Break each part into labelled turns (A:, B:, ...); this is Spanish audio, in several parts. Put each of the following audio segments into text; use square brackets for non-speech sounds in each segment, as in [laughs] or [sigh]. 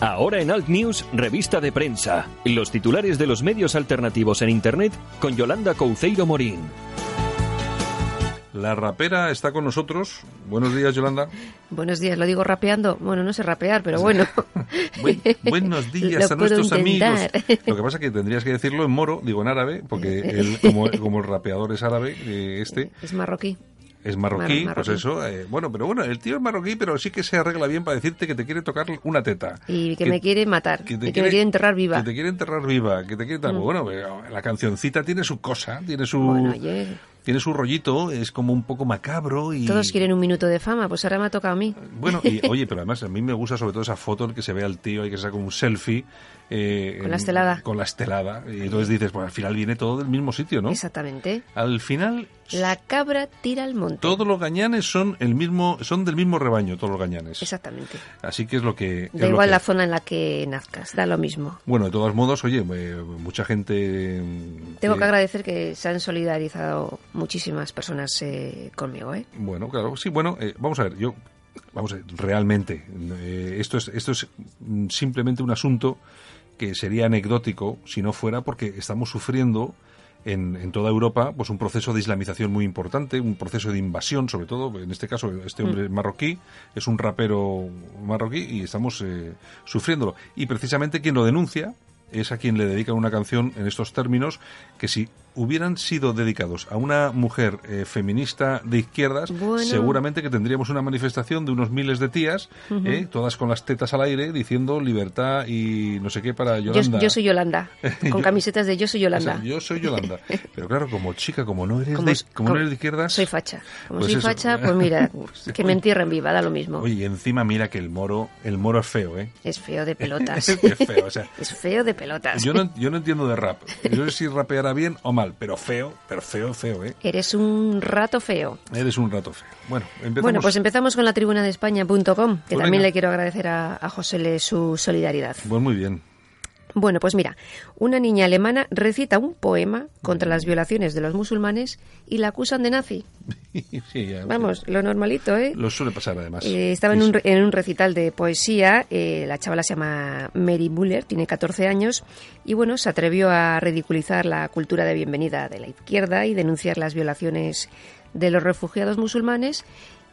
A: Ahora en Alt News, revista de prensa. Los titulares de los medios alternativos en Internet con Yolanda Couceiro Morín.
B: La rapera está con nosotros. Buenos días, Yolanda.
C: Buenos días, lo digo rapeando. Bueno, no sé rapear,
B: [laughs]
C: pero bueno.
B: Buen- buenos
C: [laughs]
B: días
C: Lo
B: a nuestros
C: puedo intentar.
B: amigos. Lo que pasa es que tendrías que decirlo en moro, digo en árabe,
C: [laughs]
B: porque él, como, como el rapeador es árabe, eh, este
C: Es marroquí.
B: es marroquí,
C: Mar-
B: pues
C: marroquí.
B: eso. eh, bueno, pero bueno, el tío es marroquí, pero sí que se arregla bien para decirte que te quiere tocar una teta.
C: Y que me quiere matar, y que me quiere enterrar viva. Mm.
B: Que te quiere enterrar viva, que te quiere tal. Bueno, pero la cancioncita tiene su cosa, tiene su.
C: Bueno, oye.
B: Tiene su rollito, es como un poco macabro y...
C: Todos quieren un minuto de fama, pues ahora me ha tocado a mí.
B: Bueno,
C: [laughs]
B: y oye, pero además a mí me gusta sobre todo esa foto en que se ve al tío y que se saca un selfie. eh,
C: Con la
B: en-
C: estelada.
B: Con la estelada. Y entonces dices, pues al final viene todo del mismo sitio, ¿no?
C: Exactamente.
B: Al final,
C: La cabra tira al monte.
B: todos los gañanes son, el mismo, son del mismo rebaño, todos los gañanes.
C: Exactamente.
B: Así que es lo que... es
C: Da
B: lo
C: igual
B: que-
C: la zona en la que nazcas, da lo mismo.
B: Bueno, de todos modos, oye, eh, mucha gente... mm,
C: Tengo
B: que-
C: que agradecer que se han solidarizado muchísimas personas eh, conmigo, ¿eh?
B: Bueno, claro, sí, bueno, eh, vamos a ver, yo, vamos a ver, realmente, eh, esto, es, esto es mm, simplemente un asunto que sería anecdótico si no fuera porque estamos sufriendo en, en toda Europa pues un proceso de islamización muy importante, un proceso de invasión, sobre todo, en este caso este hombre es marroquí, es un rapero marroquí y estamos eh, sufriéndolo. Y precisamente quien lo denuncia es a quien le dedican una canción en estos términos que si hubieran sido dedicados a una mujer eh, feminista de izquierdas,
C: Bueno.
B: seguramente que tendríamos una manifestación de unos miles de tías, eh, todas con las tetas al aire, diciendo libertad y no sé qué para
C: Yo,
B: Yolanda.
C: yo
B: [laughs]
C: soy Yolanda, con
B: Yo-
C: camisetas de Yo soy
B: O sea,
C: Yolanda.
B: yo soy
C: [laughs]
B: Yolanda. Pero claro, como chica, como no eres, de, como no eres de izquierdas...
C: Soy facha. Como
B: pues
C: soy
B: eso.
C: facha,
B: [laughs]
C: pues mira,
B: Pues,
C: que me entierren viva, da lo mismo.
B: Oye, y encima mira que el moro, el moro es feo, ¿eh?
C: Es feo de pelotas.
B: [laughs] Es feo, o
C: [laughs]
B: sea,
C: Es feo de pelotas.
B: Yo no, yo no entiendo de rap. Yo no sé si rapeará bien o mal, pero feo, pero feo, feo, ¿eh?
C: Eres un rato feo.
B: Eres un rato feo. Bueno, empezamos.
C: Bueno, pues empezamos con la tribuna de España.com, que también
B: venga.
C: le quiero agradecer a, a José Le su solidaridad.
B: Pues muy bien. [laughs]
C: Bueno, pues mira, una niña alemana recita un poema contra las violaciones de los musulmanes y la acusan de nazi.
B: Sí, ya-
C: Vamos, lo normalito, ¿eh?
B: Lo suele pasar además.
C: Eh, estaba en
B: Sí,
C: un,
B: sí.
C: re- en un recital de poesía, eh, la chavala se llama Mary Muller, tiene 14 años, y bueno, se atrevió a ridiculizar la cultura de bienvenida de la izquierda y denunciar las violaciones de los refugiados musulmanes.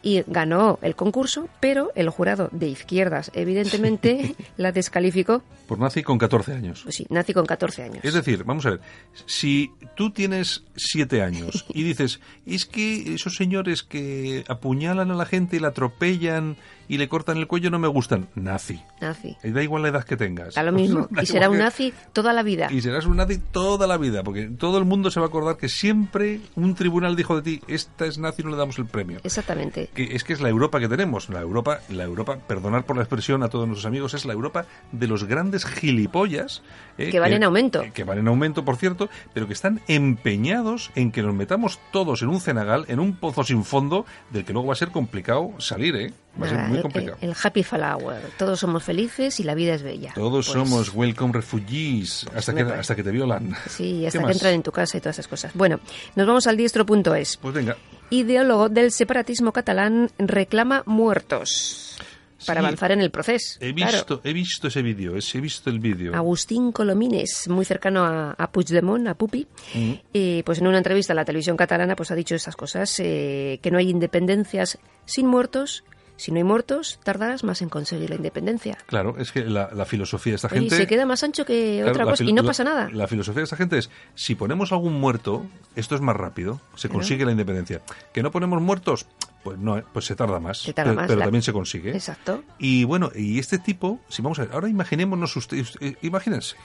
C: Y ganó el concurso, pero el jurado de izquierdas,
B: [laughs]
C: evidentemente, la descalificó.
B: Por nazi con 14 años.
C: Pues sí, nazi con 14 años.
B: Es decir, vamos a ver, si tú tienes 7 años y
C: [laughs]
B: dices, es que esos señores que apuñalan a la gente y la atropellan y le cortan el cuello no me gustan, nazi.
C: Nazi.
B: Eh, Da igual la edad que tengas. [laughs]
C: Da lo mismo.
B: Da
C: Y será
B: igual
C: un
B: que-
C: nazi toda la vida.
B: Y serás un nazi toda la vida, porque todo el mundo se va a acordar que siempre un tribunal dijo de ti, esta es nazi, no le damos el premio.
C: Exactamente.
B: Que es que es la Europa que tenemos, la Europa, la Europa, perdonar por la expresión a todos nuestros amigos, es la Europa de los grandes gilipollas. eh,
C: Que van en aumento.
B: Que van en aumento, por cierto, pero que están empeñados en que nos metamos todos en un cenagal, en un pozo sin fondo, del que luego va a ser complicado salir, ¿eh? Va a ser
C: Nada,
B: muy
C: el-
B: complicado.
C: el, happy flower. Todos somos felices y la vida es bella.
B: Todos
C: Pues-
B: somos welcome refugees hasta que,
C: me parece.
B: hasta que te violan.
C: Sí,
B: ¿Qué
C: hasta que
B: más?
C: entran en tu casa y todas esas cosas. Bueno, nos vamos al diestro.es.
B: Pues venga.
C: Ideólogo del separatismo catalán reclama muertos para
B: Sí.
C: avanzar en el proceso.
B: He
C: claro. Ah,
B: visto, he visto ese vídeo, es- he visto el vídeo.
C: Agustín Colomines, muy cercano a, a Puigdemont, a Pupi,
B: Mm.
C: eh, pues en una entrevista a la televisión catalana pues ha dicho esas cosas, eh, que no hay independencias sin muertos, si no hay muertos tardarás más en conseguir la independencia.
B: Claro, es que la, la filosofía de esta
C: Oye,
B: gente...
C: se queda más ancho que
B: claro,
C: otra
B: la
C: cosa
B: fil-
C: y no
B: la-
C: pasa nada.
B: La filosofía de esta gente es, si ponemos algún muerto, esto es más rápido, se consigue la independencia. Que no ponemos muertos, pues no, eh, pues se tarda más,
C: Se tarda
B: pero,
C: más,
B: pero
C: la-
B: también se consigue.
C: Exacto.
B: Y bueno, y este tipo, si vamos a ver, ahora imaginémonos ustedes, eh, imagínense,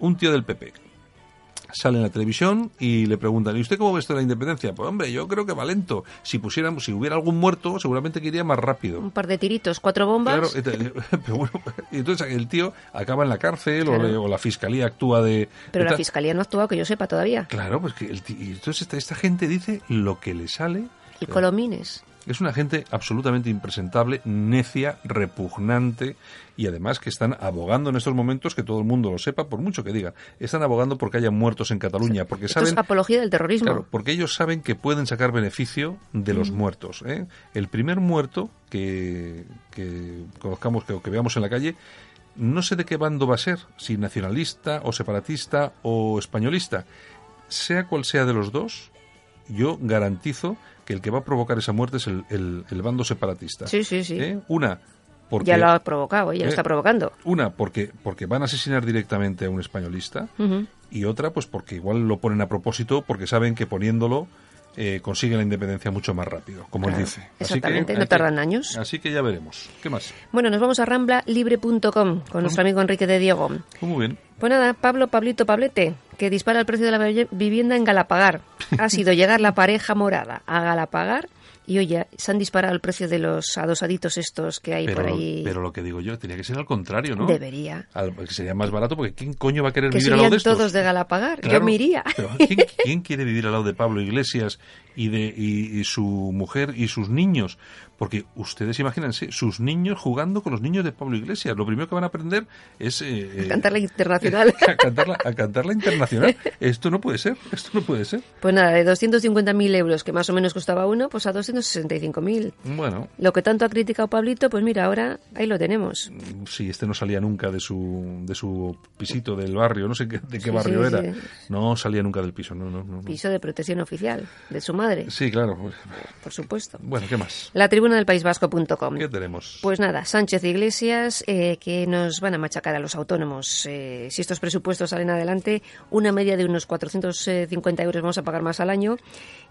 B: un tío del PP sale en la televisión y le preguntan, ¿y usted cómo ve esto de la independencia? Pues hombre, yo creo que va lento. Si pusiéramos, si hubiera algún muerto, seguramente que iría más rápido.
C: Un par de tiritos, cuatro bombas.
B: Claro, ent- [laughs] pero bueno, y entonces el tío acaba en la cárcel o,
C: Claro.
B: le- o la fiscalía actúa de... de
C: Pero la
B: tal.
C: fiscalía no ha actuado, que yo sepa todavía.
B: Claro, pues que el ti- y entonces esta, esta gente dice lo que le sale.
C: Y Colomines.
B: Es una gente absolutamente impresentable, necia, repugnante y además que están abogando en estos momentos, que todo el mundo lo sepa, por mucho que digan, están abogando porque haya muertos en Cataluña, porque
C: Esto
B: saben...
C: es apología del terrorismo.
B: Claro, porque ellos saben que pueden sacar beneficio de los muertos. ¿eh? El primer muerto que, que conozcamos, que, que veamos en la calle, no sé de qué bando va a ser, si nacionalista o separatista o españolista. Sea cual sea de los dos, yo garantizo que el que va a provocar esa muerte es el, el- el bando separatista.
C: Sí, sí, sí.
B: ¿eh? Una, porque...
C: ya lo ha provocado, ya
B: Eh,
C: lo está provocando.
B: Una, porque, porque van a asesinar directamente a un españolista.
C: Ujú.
B: Y otra, pues porque igual lo ponen a propósito, porque saben que poniéndolo eh, consiguen la independencia mucho más rápido, como él
C: Claro,
B: dice. Así que
C: exactamente,
B: hay
C: no
B: que-
C: tardan años.
B: Así que ya veremos. ¿Qué más?
C: Bueno, nos vamos a ramblalibre.com con nuestro amigo Enrique de Diego.
B: Pues muy bien.
C: Pues nada, Pablo Pablito Pablete, que dispara el precio de la vi- vivienda
B: [laughs]
C: en Galapagar. Ha sido llegar la pareja morada a Galapagar y oye, se han disparado el precio de los adosaditos estos que hay
B: Pero,
C: por
B: lo-
C: ahí.
B: pero lo que digo yo, tenía que ser al contrario, ¿no?
C: Debería.
B: Al- que sería más barato, porque ¿quién coño va a querer
C: Que
B: vivir al lado
C: serían
B: de estos?
C: todos de Galapagar.
B: Claro,
C: Yo me iría.
B: pero
C: [laughs]
B: ¿quién, quién quiere vivir al lado de Pablo Iglesias y de y- y su mujer y sus niños? Porque ustedes imagínense, sus niños jugando con los niños de Pablo Iglesias. Lo primero que van a aprender es... eh, eh,
C: Cantar la internacional.
B: [laughs] a cantarla, a cantarla internacional. Esto no puede ser, esto no puede ser.
C: Pues nada, de 250.000 euros, que más o menos costaba uno, pues a 265.000.
B: Bueno,
C: Lo que tanto ha criticado Pablito, pues mira, ahora ahí lo tenemos.
B: si este no salía nunca de su, de su pisito del barrio, no sé qué- de qué
C: Sí,
B: barrio
C: sí,
B: era.
C: sí.
B: No salía nunca del piso, no, no, no. no.
C: Piso de protección oficial, de su madre,
B: Sí, claro.
C: por supuesto.
B: Bueno, ¿qué más?
C: La tribuna del País Vasco.com.
B: ¿Qué tenemos?
C: Pues nada, Sánchez e Iglesias, eh, que nos van a machacar a los autónomos. Eh, si estos presupuestos salen adelante, una media de unos 450 euros vamos a pagar más al año.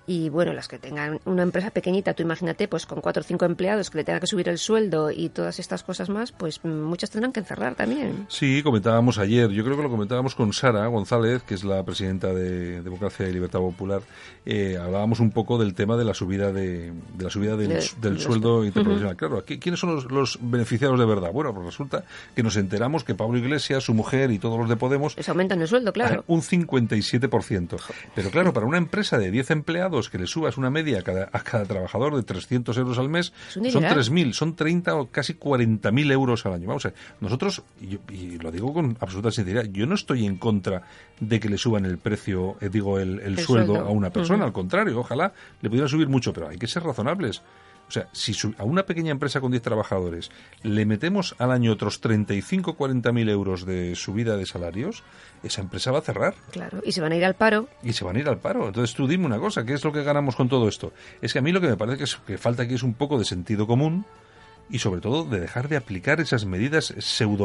C: Y bueno, las que tengan una empresa pequeñita, tú imagínate, pues con cuatro o cinco empleados que le tenga que subir el sueldo y todas estas cosas más, pues mm, muchas tendrán que encerrar también.
B: Sí, comentábamos ayer, yo creo que lo comentábamos con Sara González, que es la presidenta de Democracia y Libertad Popular, eh, hablábamos un poco del tema de la subida de, de la subida del,
C: De-
B: su- del
C: de los-
B: sueldo interprofesional. Claro, aquí, ¿quiénes son los, los beneficiados de verdad? Bueno, pues resulta que nos enteramos que Pablo Iglesias, su mujer y todos los de Podemos
C: Les aumentan el sueldo, claro.
B: [laughs] un 57%. Pero claro, para una empresa de 10 empleados que le subas una media a cada, a cada trabajador de 300 euros al mes,
C: Es
B: son
C: un dineral.
B: 3.000, son 30 o casi 40.000 euros al año. Vamos a ver, nosotros, y, yo- y lo digo con absoluta sinceridad, yo no estoy en contra de que le suban el precio, eh, digo, el, el
C: El
B: sueldo,
C: sueldo.
B: a una persona.
C: Ujú.
B: Al contrario, ojalá le pudieran subir mucho, pero hay que ser razonables. O sea, si su- a una pequeña empresa con 10 trabajadores le metemos al año otros 35 40 mil euros de subida de salarios, esa empresa va a cerrar
C: Claro, y se van a ir al paro.
B: y se van a ir al paro. Entonces tú dime una cosa, ¿qué es lo que ganamos con todo esto? Es que a mí lo que me parece que, es- que falta aquí es un poco de sentido común y sobre todo de dejar de aplicar esas medidas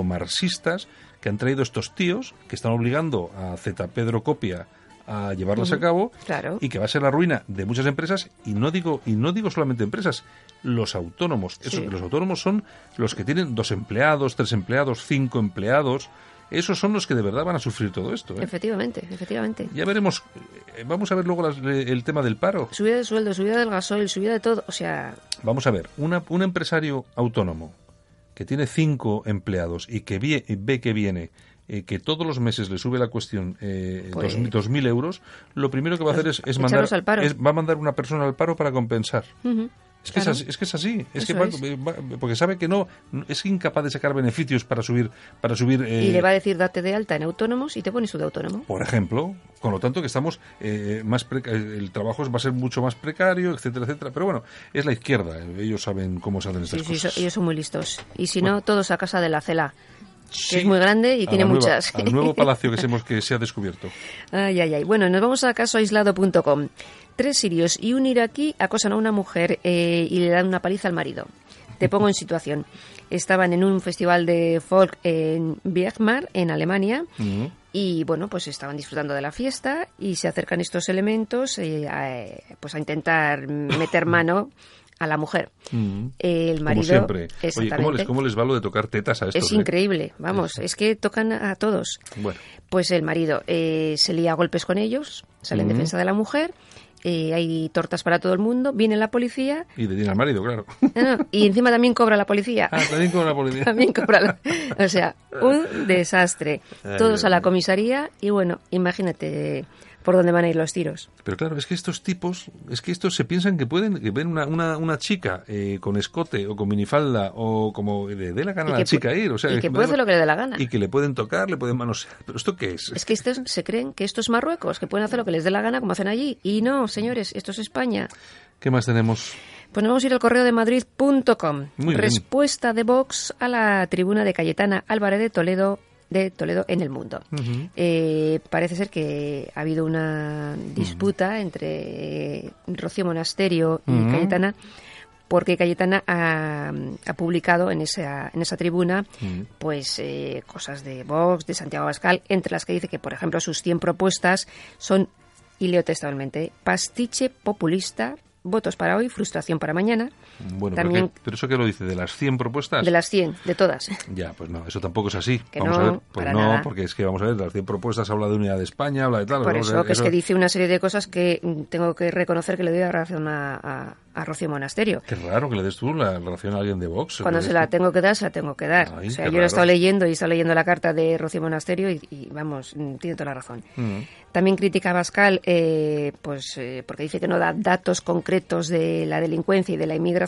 B: pseudomarxistas que han traído estos tíos que están obligando a Z. Pedro Copia a llevarlas a cabo
C: Claro.
B: y que va a ser la ruina de muchas empresas y no digo y no digo solamente empresas los autónomos Eso-
C: Sí.
B: los autónomos son los que tienen dos empleados tres empleados cinco empleados esos son los que de verdad van a sufrir todo esto ¿eh?
C: Efectivamente, efectivamente.
B: Ya veremos. eh, Vamos a ver luego las- le- el tema del paro.
C: Subida de sueldo, subida del gasoil, subida de todo. O sea,
B: Vamos a ver, una- un empresario autónomo que tiene cinco empleados y que vie- y ve que viene, eh, que todos los meses le sube la cuestión eh,
C: Pues-
B: dos mil- dos mil euros, lo primero que va a hacer es, es mandar,
C: echarlos al paro.
B: es- va a mandar una persona al paro para compensar.
C: ujú,
B: Es que,
C: claro.
B: es, así, es que es así, es que
C: Eso
B: va-
C: es.
B: eh, va- porque sabe que no es incapaz de sacar beneficios para subir para subir
C: y
B: eh,
C: le va a decir date de alta en autónomos y te pones autónomo.
B: por ejemplo, con lo tanto que estamos eh, más preca- el trabajo va a ser mucho más precario, etcétera, etcétera. Pero bueno, es la izquierda, eh, ellos saben cómo se hacen estas
C: Sí, sí,
B: cosas.
C: so- ellos son muy listos. Y si no, todos a casa de la cela.
B: Sí,
C: es muy grande y
B: a
C: tiene
B: la nueva-
C: muchas.
B: al
C: [laughs]
B: nuevo palacio que se, hemos- que se ha descubierto.
C: Ay, ay, ay. Bueno, nos vamos a casoaislado.com. Tres sirios y un iraquí acosan a una mujer eh, y le dan una paliza al marido. Te pongo en situación. Estaban en un festival de folk en Weimar, en Alemania,
B: Ujú.
C: Y bueno, pues estaban disfrutando de la fiesta y se acercan estos elementos eh, a, eh, pues a intentar meter mano a la mujer.
B: Mm.
C: El
B: Como
C: marido,
B: siempre. Oye,
C: exactamente,
B: ¿cómo les, ¿cómo les va lo de tocar tetas a estos?
C: es
B: eh?
C: increíble, vamos, es que tocan a todos.
B: Bueno,
C: Pues el marido eh, se lía a golpes con ellos, sale en
B: Mm.
C: defensa de la mujer, eh, hay tortas para todo el mundo, viene la policía
B: y de al marido,
C: [laughs]
B: claro.
C: no, no, y encima también cobra la policía.
B: Ah, también con la policía.
C: [laughs] También cobra la- O sea, un desastre.
B: Ay,
C: Todos a la
B: Dios mío.
C: comisaría y bueno, imagínate, eh, por dónde van a ir los tiros.
B: Pero claro, es que estos tipos, es que estos se piensan que pueden, que ven una, una, una chica eh, con escote o con minifalda o como le dé la gana a la
C: que pu-
B: chica ir. O sea,
C: y que puede hacer lo que le dé la gana.
B: Y que le pueden tocar, le pueden manosear. ¿Pero esto qué es?
C: Es que estos se creen que esto es Marruecos, que pueden hacer lo que les dé la gana como hacen allí. Y no, señores, esto es España.
B: ¿Qué más tenemos?
C: Pues nos vamos a ir al correo de madrid.com.
B: Muy bien.
C: Respuesta de Vox a la tribuna de Cayetana Álvarez de Toledo de Toledo en el mundo. Eh, parece ser que ha habido una disputa entre Rocío Monasterio y Cayetana porque Cayetana ha, ha publicado en esa, en esa tribuna pues eh, cosas de Vox, de Santiago Abascal, entre las que dice que, por ejemplo, sus 100 propuestas son y leo textualmente, pastiche populista, votos para hoy, frustración para mañana,
B: Bueno,
C: También-
B: pero, qué- pero eso que lo dice, de las 100 propuestas.
C: de las 100, de todas.
B: Ya, pues no, eso tampoco es así.
C: Que
B: vamos
C: no,
B: a ver, pues
C: para
B: no,
C: nada.
B: porque es que vamos a ver, las 100 propuestas habla de unidad de España, habla de tal.
C: Por
B: vamos a
C: eso,
B: ver,
C: que es que dice una serie de cosas que mm, tengo que reconocer que le doy la razón a, a- a Rocío Monasterio.
B: Qué raro que le des tú la relación a alguien de Vox.
C: Cuando
B: que
C: se
B: le
C: la
B: des tú.
C: tengo que dar, se la tengo que dar.
B: Ay,
C: o sea,
B: qué
C: yo lo he estado
B: raro.
C: leyendo y he estado leyendo la carta de Rocío Monasterio y, y, vamos, mm, tiene toda la razón. También critica a Bascal eh, pues, eh, porque dice que no da datos concretos de la delincuencia y de la inmigración,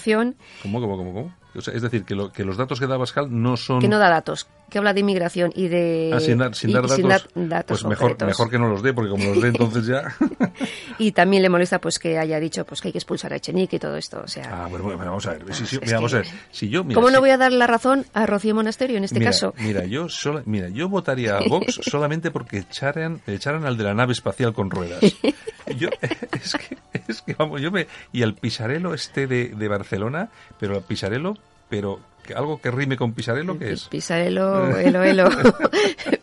B: ¿Cómo, cómo, cómo? cómo? O sea, es decir, que, lo- que los datos que da Pascal no son...
C: que no da datos, que habla de inmigración y de...
B: Mm. Ah, sin dar, sin
C: y-
B: dar
C: y
B: datos,
C: sin dar datos
B: pues mejor,
C: concretos.
B: mejor que no los dé, porque como los
C: [laughs]
B: dé entonces ya...
C: Y también le molesta pues que haya dicho pues que hay que expulsar a Echenique y todo esto. O sea,
B: ah, bueno, bueno, bueno, vamos a ver. Sí, sí,
C: Es
B: mira, vamos a ver.
C: que-
B: Si yo, mira,
C: ¿cómo no
B: si-
C: voy a dar la razón a Rocío Monasterio en este
B: mira,
C: caso?
B: Mira, yo sola- mira, yo votaría a
C: [laughs]
B: Vox solamente porque echaran, echaran al de la nave espacial con
C: [laughs]
B: ruedas. Yo, [laughs] es que, es que vamos, yo me... Y al Pisarelo este de, de Barcelona, pero al Pisarelo, pero que algo que rime con Pisarelo, ¿qué es?
C: Pisarelo, elo,
B: [laughs]
C: elo.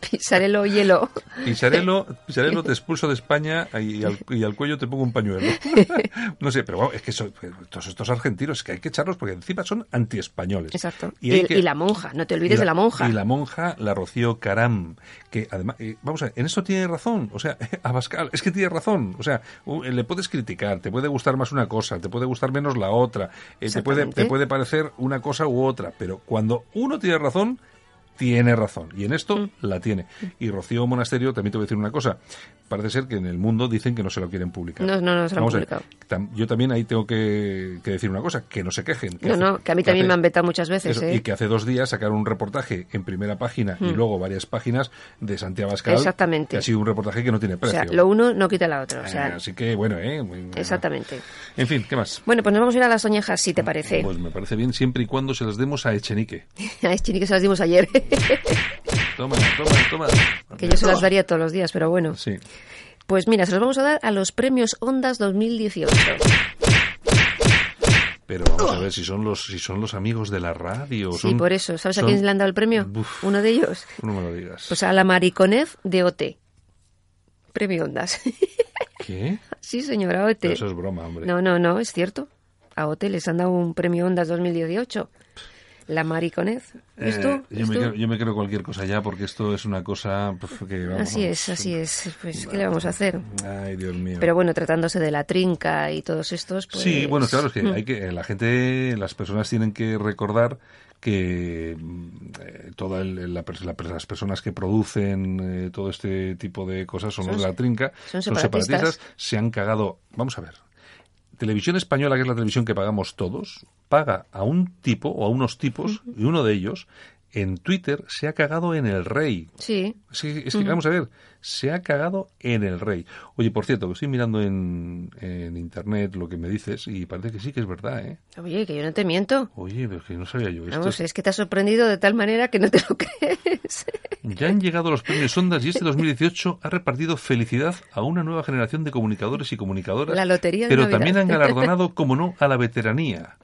C: Pisarelo, hielo. [laughs]
B: Pisarello, Pisarello te expulso de España y al, y al cuello te pongo un
C: [laughs]
B: pañuelo. No sé, pero vamos, es que son- todos estos argentinos es que hay que echarlos porque encima son antiespañoles.
C: Exacto.
B: Y
C: Y,
B: hay que-
C: y la monja, no te olvides
B: y
C: de la monja.
B: Y la monja, la Rocío Caram, que además, eh, vamos a ver, en esto tiene razón, o sea, [laughs] Abascal, es que tiene razón, o sea, u- eh, le puedes criticar, te puede gustar más una cosa, te puede gustar menos la otra, eh, te, puede,
C: Exactamente.
B: te puede parecer una cosa u otra, pero cuando uno tiene razón, tiene razón, y en
C: Mm.
B: esto la tiene. Y Rocío Monasterio, también te voy a decir una cosa, parece ser que en el mundo dicen que no se lo quieren publicar.
C: No, no, no se lo han
B: Vamos a ver,
C: publicado.
B: tam- yo también ahí tengo que, que decir una cosa, que no se quejen.
C: No, no, que a mí también me han
B: vetado
C: vetado muchas veces,
B: eso,
C: ¿eh?
B: Y que hace dos días sacaron un reportaje en primera página y luego varias páginas de Santiago Abascal.
C: Hmm. Exactamente.
B: Que ha sido un reportaje que no tiene
C: O
B: precio.
C: sea, lo uno no quita la otra. O
B: Eh,
C: sea,
B: Así que, bueno, ¿eh? muy-
C: exactamente.
B: En fin, ¿qué más?
C: Bueno, pues nos vamos a ir a las oñejas, si te parece. [laughs]
B: Pues me parece bien siempre y cuando se las demos a Echenique.
C: A Echenique se las dimos ayer, [laughs]
B: Toma, toma, toma.
C: que yo se las daría todos los días, pero bueno.
B: Sí.
C: Pues mira, se los vamos a dar a los premios Ondas 2018.
B: Pero vamos a ver si son los, si son los amigos de la radio.
C: Sí,
B: Pues son-
C: por eso. ¿Sabes a
B: son-
C: quién le han dado el premio?
B: Uf,
C: Uno de ellos.
B: No me lo digas.
C: Pues a la Mariconev de OT. Premio Ondas.
B: ¿Qué?
C: sí, señora OT.
B: Pero Eso es broma, hombre.
C: eh, No, no, no, es cierto. A OT les han dado un premio Ondas 2018. La Mariconez. ¿Ves
B: Eh,
C: tú?
B: yo,
C: ¿Ves
B: me
C: tú?
B: creo, yo me creo cualquier cosa ya porque esto es una cosa pf, que vamos,
C: Así es, así es. Pues, ¿qué le vamos a hacer?
B: Ay, Dios mío.
C: Pero bueno, tratándose de la trinca y todos estos, pues...
B: Sí, bueno, claro, es que hay que eh, la gente, las personas tienen que recordar que eh, todas las personas que producen eh, todo este tipo de cosas son,
C: Son
B: los de la trinca,
C: son separatistas.
B: se han cagado. Vamos a ver. Televisión española, que es la televisión que pagamos todos, paga a un tipo o a unos tipos, y uno de ellos en Twitter se ha cagado en el rey.
C: Sí,
B: Sí, es que vamos a ver, se ha cagado en el rey. Oye, por cierto, que estoy mirando en, en internet lo que me dices y parece que sí que es verdad, ¿eh?
C: oye, que yo no te miento.
B: Oye, pero que no sabía yo esto.
C: Vamos, ¿eh? es que te has sorprendido de tal manera que no te lo [laughs] crees.
B: Ya han llegado los premios Ondas y este 2018 ha repartido felicidad a una nueva generación de comunicadores y comunicadoras.
C: La lotería de
B: Pero
C: Navidad. [laughs]
B: también han galardonado, como no, a la veteranía.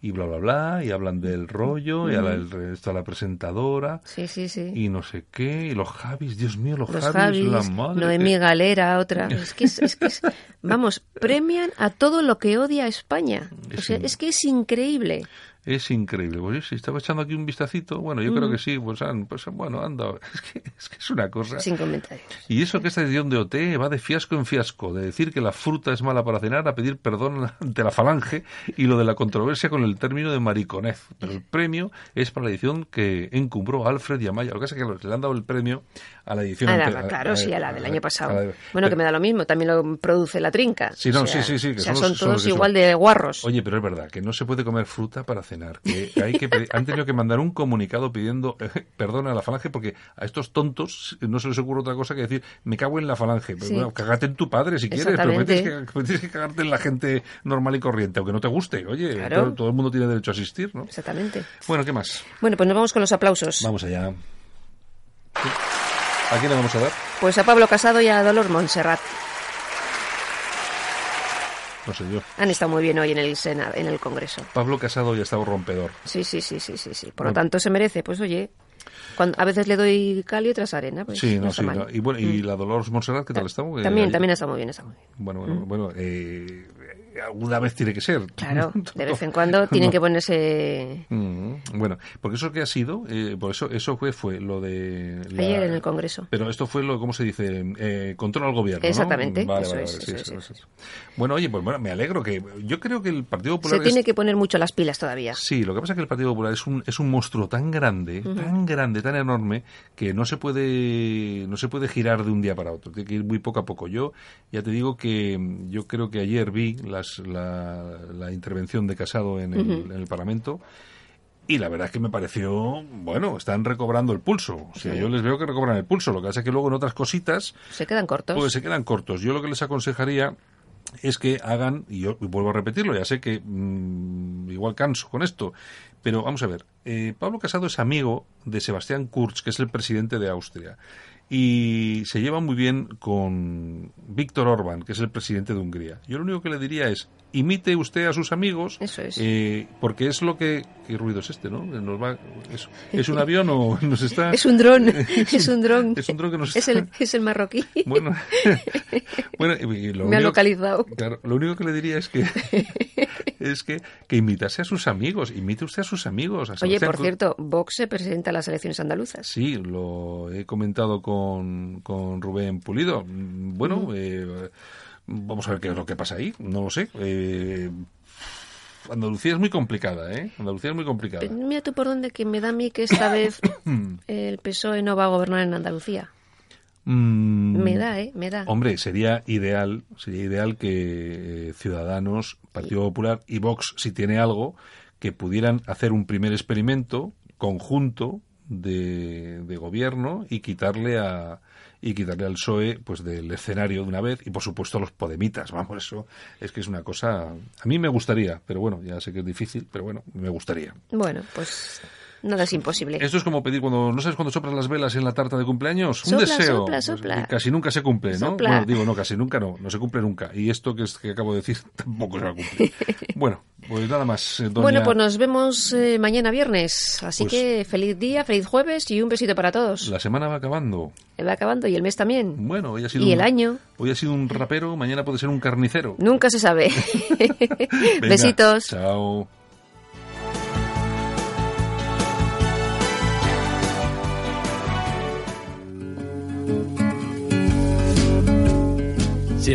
B: Y bla, bla, bla, y hablan del rollo, y a la, el- esto a la presentadora,
C: Sí, sí, sí.
B: y no sé qué, y los Javis, Dios mío, los,
C: Los
B: Javis,
C: Javis,
B: la madre.
C: Noemí Galera, otra.
B: [laughs]
C: Es que, es, es que es- vamos, premian a todo lo que odia a España. O
B: Es
C: sea,
B: in-
C: es que es increíble.
B: Es increíble. Pues si estaba echando aquí un vistacito, bueno, yo creo que sí, pues, han- pues, bueno, anda, [laughs] es que, es que es una cosa.
C: Sin comentarios.
B: Y eso que esta edición de OT va de fiasco en fiasco, de decir que la fruta es mala para cenar, a pedir perdón [laughs] ante la falange y lo de la controversia con el término de mariconez. Pero el premio es para la edición que encumbró a Alfred y Amaya. Lo que pasa es que le han dado el premio a la edición
C: Ah, la-
B: anterior,
C: claro, sí, a la del
B: a
C: año pasado.
B: a la-
C: bueno, que me da lo mismo, también lo produce la trinca.
B: Sí, no,
C: O sea,
B: sí, sí, sí, que
C: o
B: son
C: sea, son,
B: los- son los
C: todos
B: que son.
C: igual de guarros.
B: Oye, pero es verdad que no se puede comer fruta para cenar. Que hay que pedir- han tenido que mandar un comunicado pidiendo [laughs] eh, perdón a la falange porque a estos tontos no se les ocurre otra cosa que decir me cago en la falange. Pero
C: Sí.
B: bueno, cágate en tu padre si quieres, pero me tienes,
C: Exactamente.
B: que, me tienes que cagarte en la gente normal y corriente, aunque no te guste. Oye,
C: Claro.
B: todo, todo el mundo tiene derecho a asistir, ¿no?
C: Exactamente.
B: Bueno, ¿qué más?
C: Bueno, pues nos vamos con los aplausos.
B: Vamos allá. Sí. ¿A quién le vamos a dar?
C: Pues a Pablo Casado y a Dolor Montserrat.
B: No sé yo.
C: Han estado muy bien hoy en el Senado, en el Congreso.
B: Pablo Casado ya ha estado rompedor.
C: Sí, sí, sí, sí, sí, sí. Por
B: Bueno.
C: lo tanto, se merece. Pues oye, cuando, a veces le doy cal y otras arena. Pues,
B: sí, no,
C: está
B: sí.
C: mal. Mm.
B: no. Y bueno, y la Dolores Montserrat, ¿qué tal Eh, estamos?
C: También, también está muy bien, está muy bien.
B: Bueno, bueno,
C: Mm.
B: bueno eh, alguna vez tiene que ser. [laughs]
C: Claro, de vez en cuando tienen que ponerse...
B: Mm, Bueno, porque eso que ha sido, eh, por eso eso fue, fue lo de... la-
C: Ayer en el Congreso.
B: Pero esto fue lo, ¿cómo se dice? Eh, control al gobierno. ¿no?
C: Exactamente,
B: Vale,
C: eso
B: vale,
C: es,
B: vale,
C: eso
B: sí,
C: es,
B: sí,
C: eso
B: sí. Bueno, oye, pues bueno, me alegro que... Yo creo que el Partido Popular...
C: Se tiene
B: es-
C: que poner mucho las pilas todavía.
B: Sí, lo que pasa es que el Partido Popular es un, es un monstruo tan grande, tan grande, tan enorme, que no se puede no se puede girar de un día para otro. Tiene que ir muy poco a poco. Yo ya te digo que mm, yo creo que ayer vi las, la, la intervención de Casado en el, en el Parlamento. Y la verdad es que me pareció, bueno, están recobrando el pulso. O sea,
C: Sí.
B: yo les veo que recobran el pulso. Lo que pasa es que luego en otras cositas,
C: Se quedan cortos.
B: pues se quedan cortos. Yo lo que les aconsejaría es que hagan, y yo vuelvo a repetirlo, ya sé que mm, igual canso con esto, pero vamos a ver, eh, Pablo Casado es amigo de Sebastián Kurz, que es el presidente de Austria, y se lleva muy bien con Víctor Orbán, que es el presidente de Hungría. Yo lo único que le diría es, imite usted a sus amigos,
C: Eso es.
B: eh, porque es lo que... ¿Qué ruido es este, no? Nos va, es, ¿es
C: [laughs]
B: un avión o nos está...?
C: Es un
B: [laughs]
C: dron, [laughs] es un dron.
B: es un dron que nos
C: [laughs] Es el,
B: está-
C: es el marroquí. [laughs]
B: Bueno, bueno y [laughs] lo
C: Me ha
B: único-
C: localizado.
B: Claro, lo único que le diría
C: [laughs]
B: es que es que, que imitase a sus amigos, imite usted a sus amigos. a
C: Oye,
B: Sebastián
C: por
B: Cru-
C: cierto, Vox se presenta a las elecciones andaluzas.
B: Sí, lo he comentado con, con Rubén Pulido. Mm, Bueno, eh, vamos a ver qué es lo que pasa ahí, no lo sé. Eh, Andalucía es muy complicada, ¿eh? Andalucía es muy complicada.
C: Eh, Mira tú por dónde que me da a mí
B: [coughs]
C: que esta vez el PSOE E no va a gobernar en Andalucía.
B: Mm,
C: Me da, ¿eh? Me da.
B: Hombre, sería ideal, sería ideal que eh, Ciudadanos, Partido Popular y Vox, si tiene algo, que pudieran hacer un primer experimento conjunto de, de gobierno y quitarle a y quitarle al PSOE pues del escenario de una vez y por supuesto a los podemitas vamos eso es que es una cosa a mí me gustaría pero bueno ya sé que es difícil pero bueno me gustaría
C: Bueno, pues nada es imposible.
B: esto es como pedir cuando no sabes cuando soplas las velas en la tarta de cumpleaños, un
C: Sopla,
B: deseo.
C: sopla, sopla.
B: que Casi nunca se cumple, ¿no?
C: Sopla.
B: Bueno, digo, no, casi nunca no, no se cumple nunca. Y esto que, es- que acabo de decir [laughs] tampoco se va a
C: [laughs]
B: cumplir. bueno, pues nada más, eh, doña-
C: Bueno, pues nos vemos eh, mañana viernes. Así
B: Pues-
C: que feliz día, feliz jueves y un besito para todos.
B: La Mm. semana va acabando.
C: Va acabando y el mes también.
B: Bueno, hoy ha sido un-
C: Y el año.
B: Hoy ha sido un rapero, mañana puede ser un carnicero.
C: Nunca se sabe.
B: [laughs] Venga,
C: [laughs] Besitos.
B: Chao.
D: Si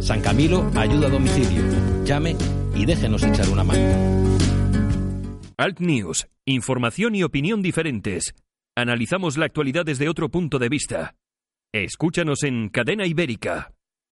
D: San Camilo ayuda a domicilio. Llame y déjenos echar una mano.
A: Alt News. Información y opinión diferentes. Analizamos la actualidad desde otro punto de vista. Escúchanos en Cadena Ibérica.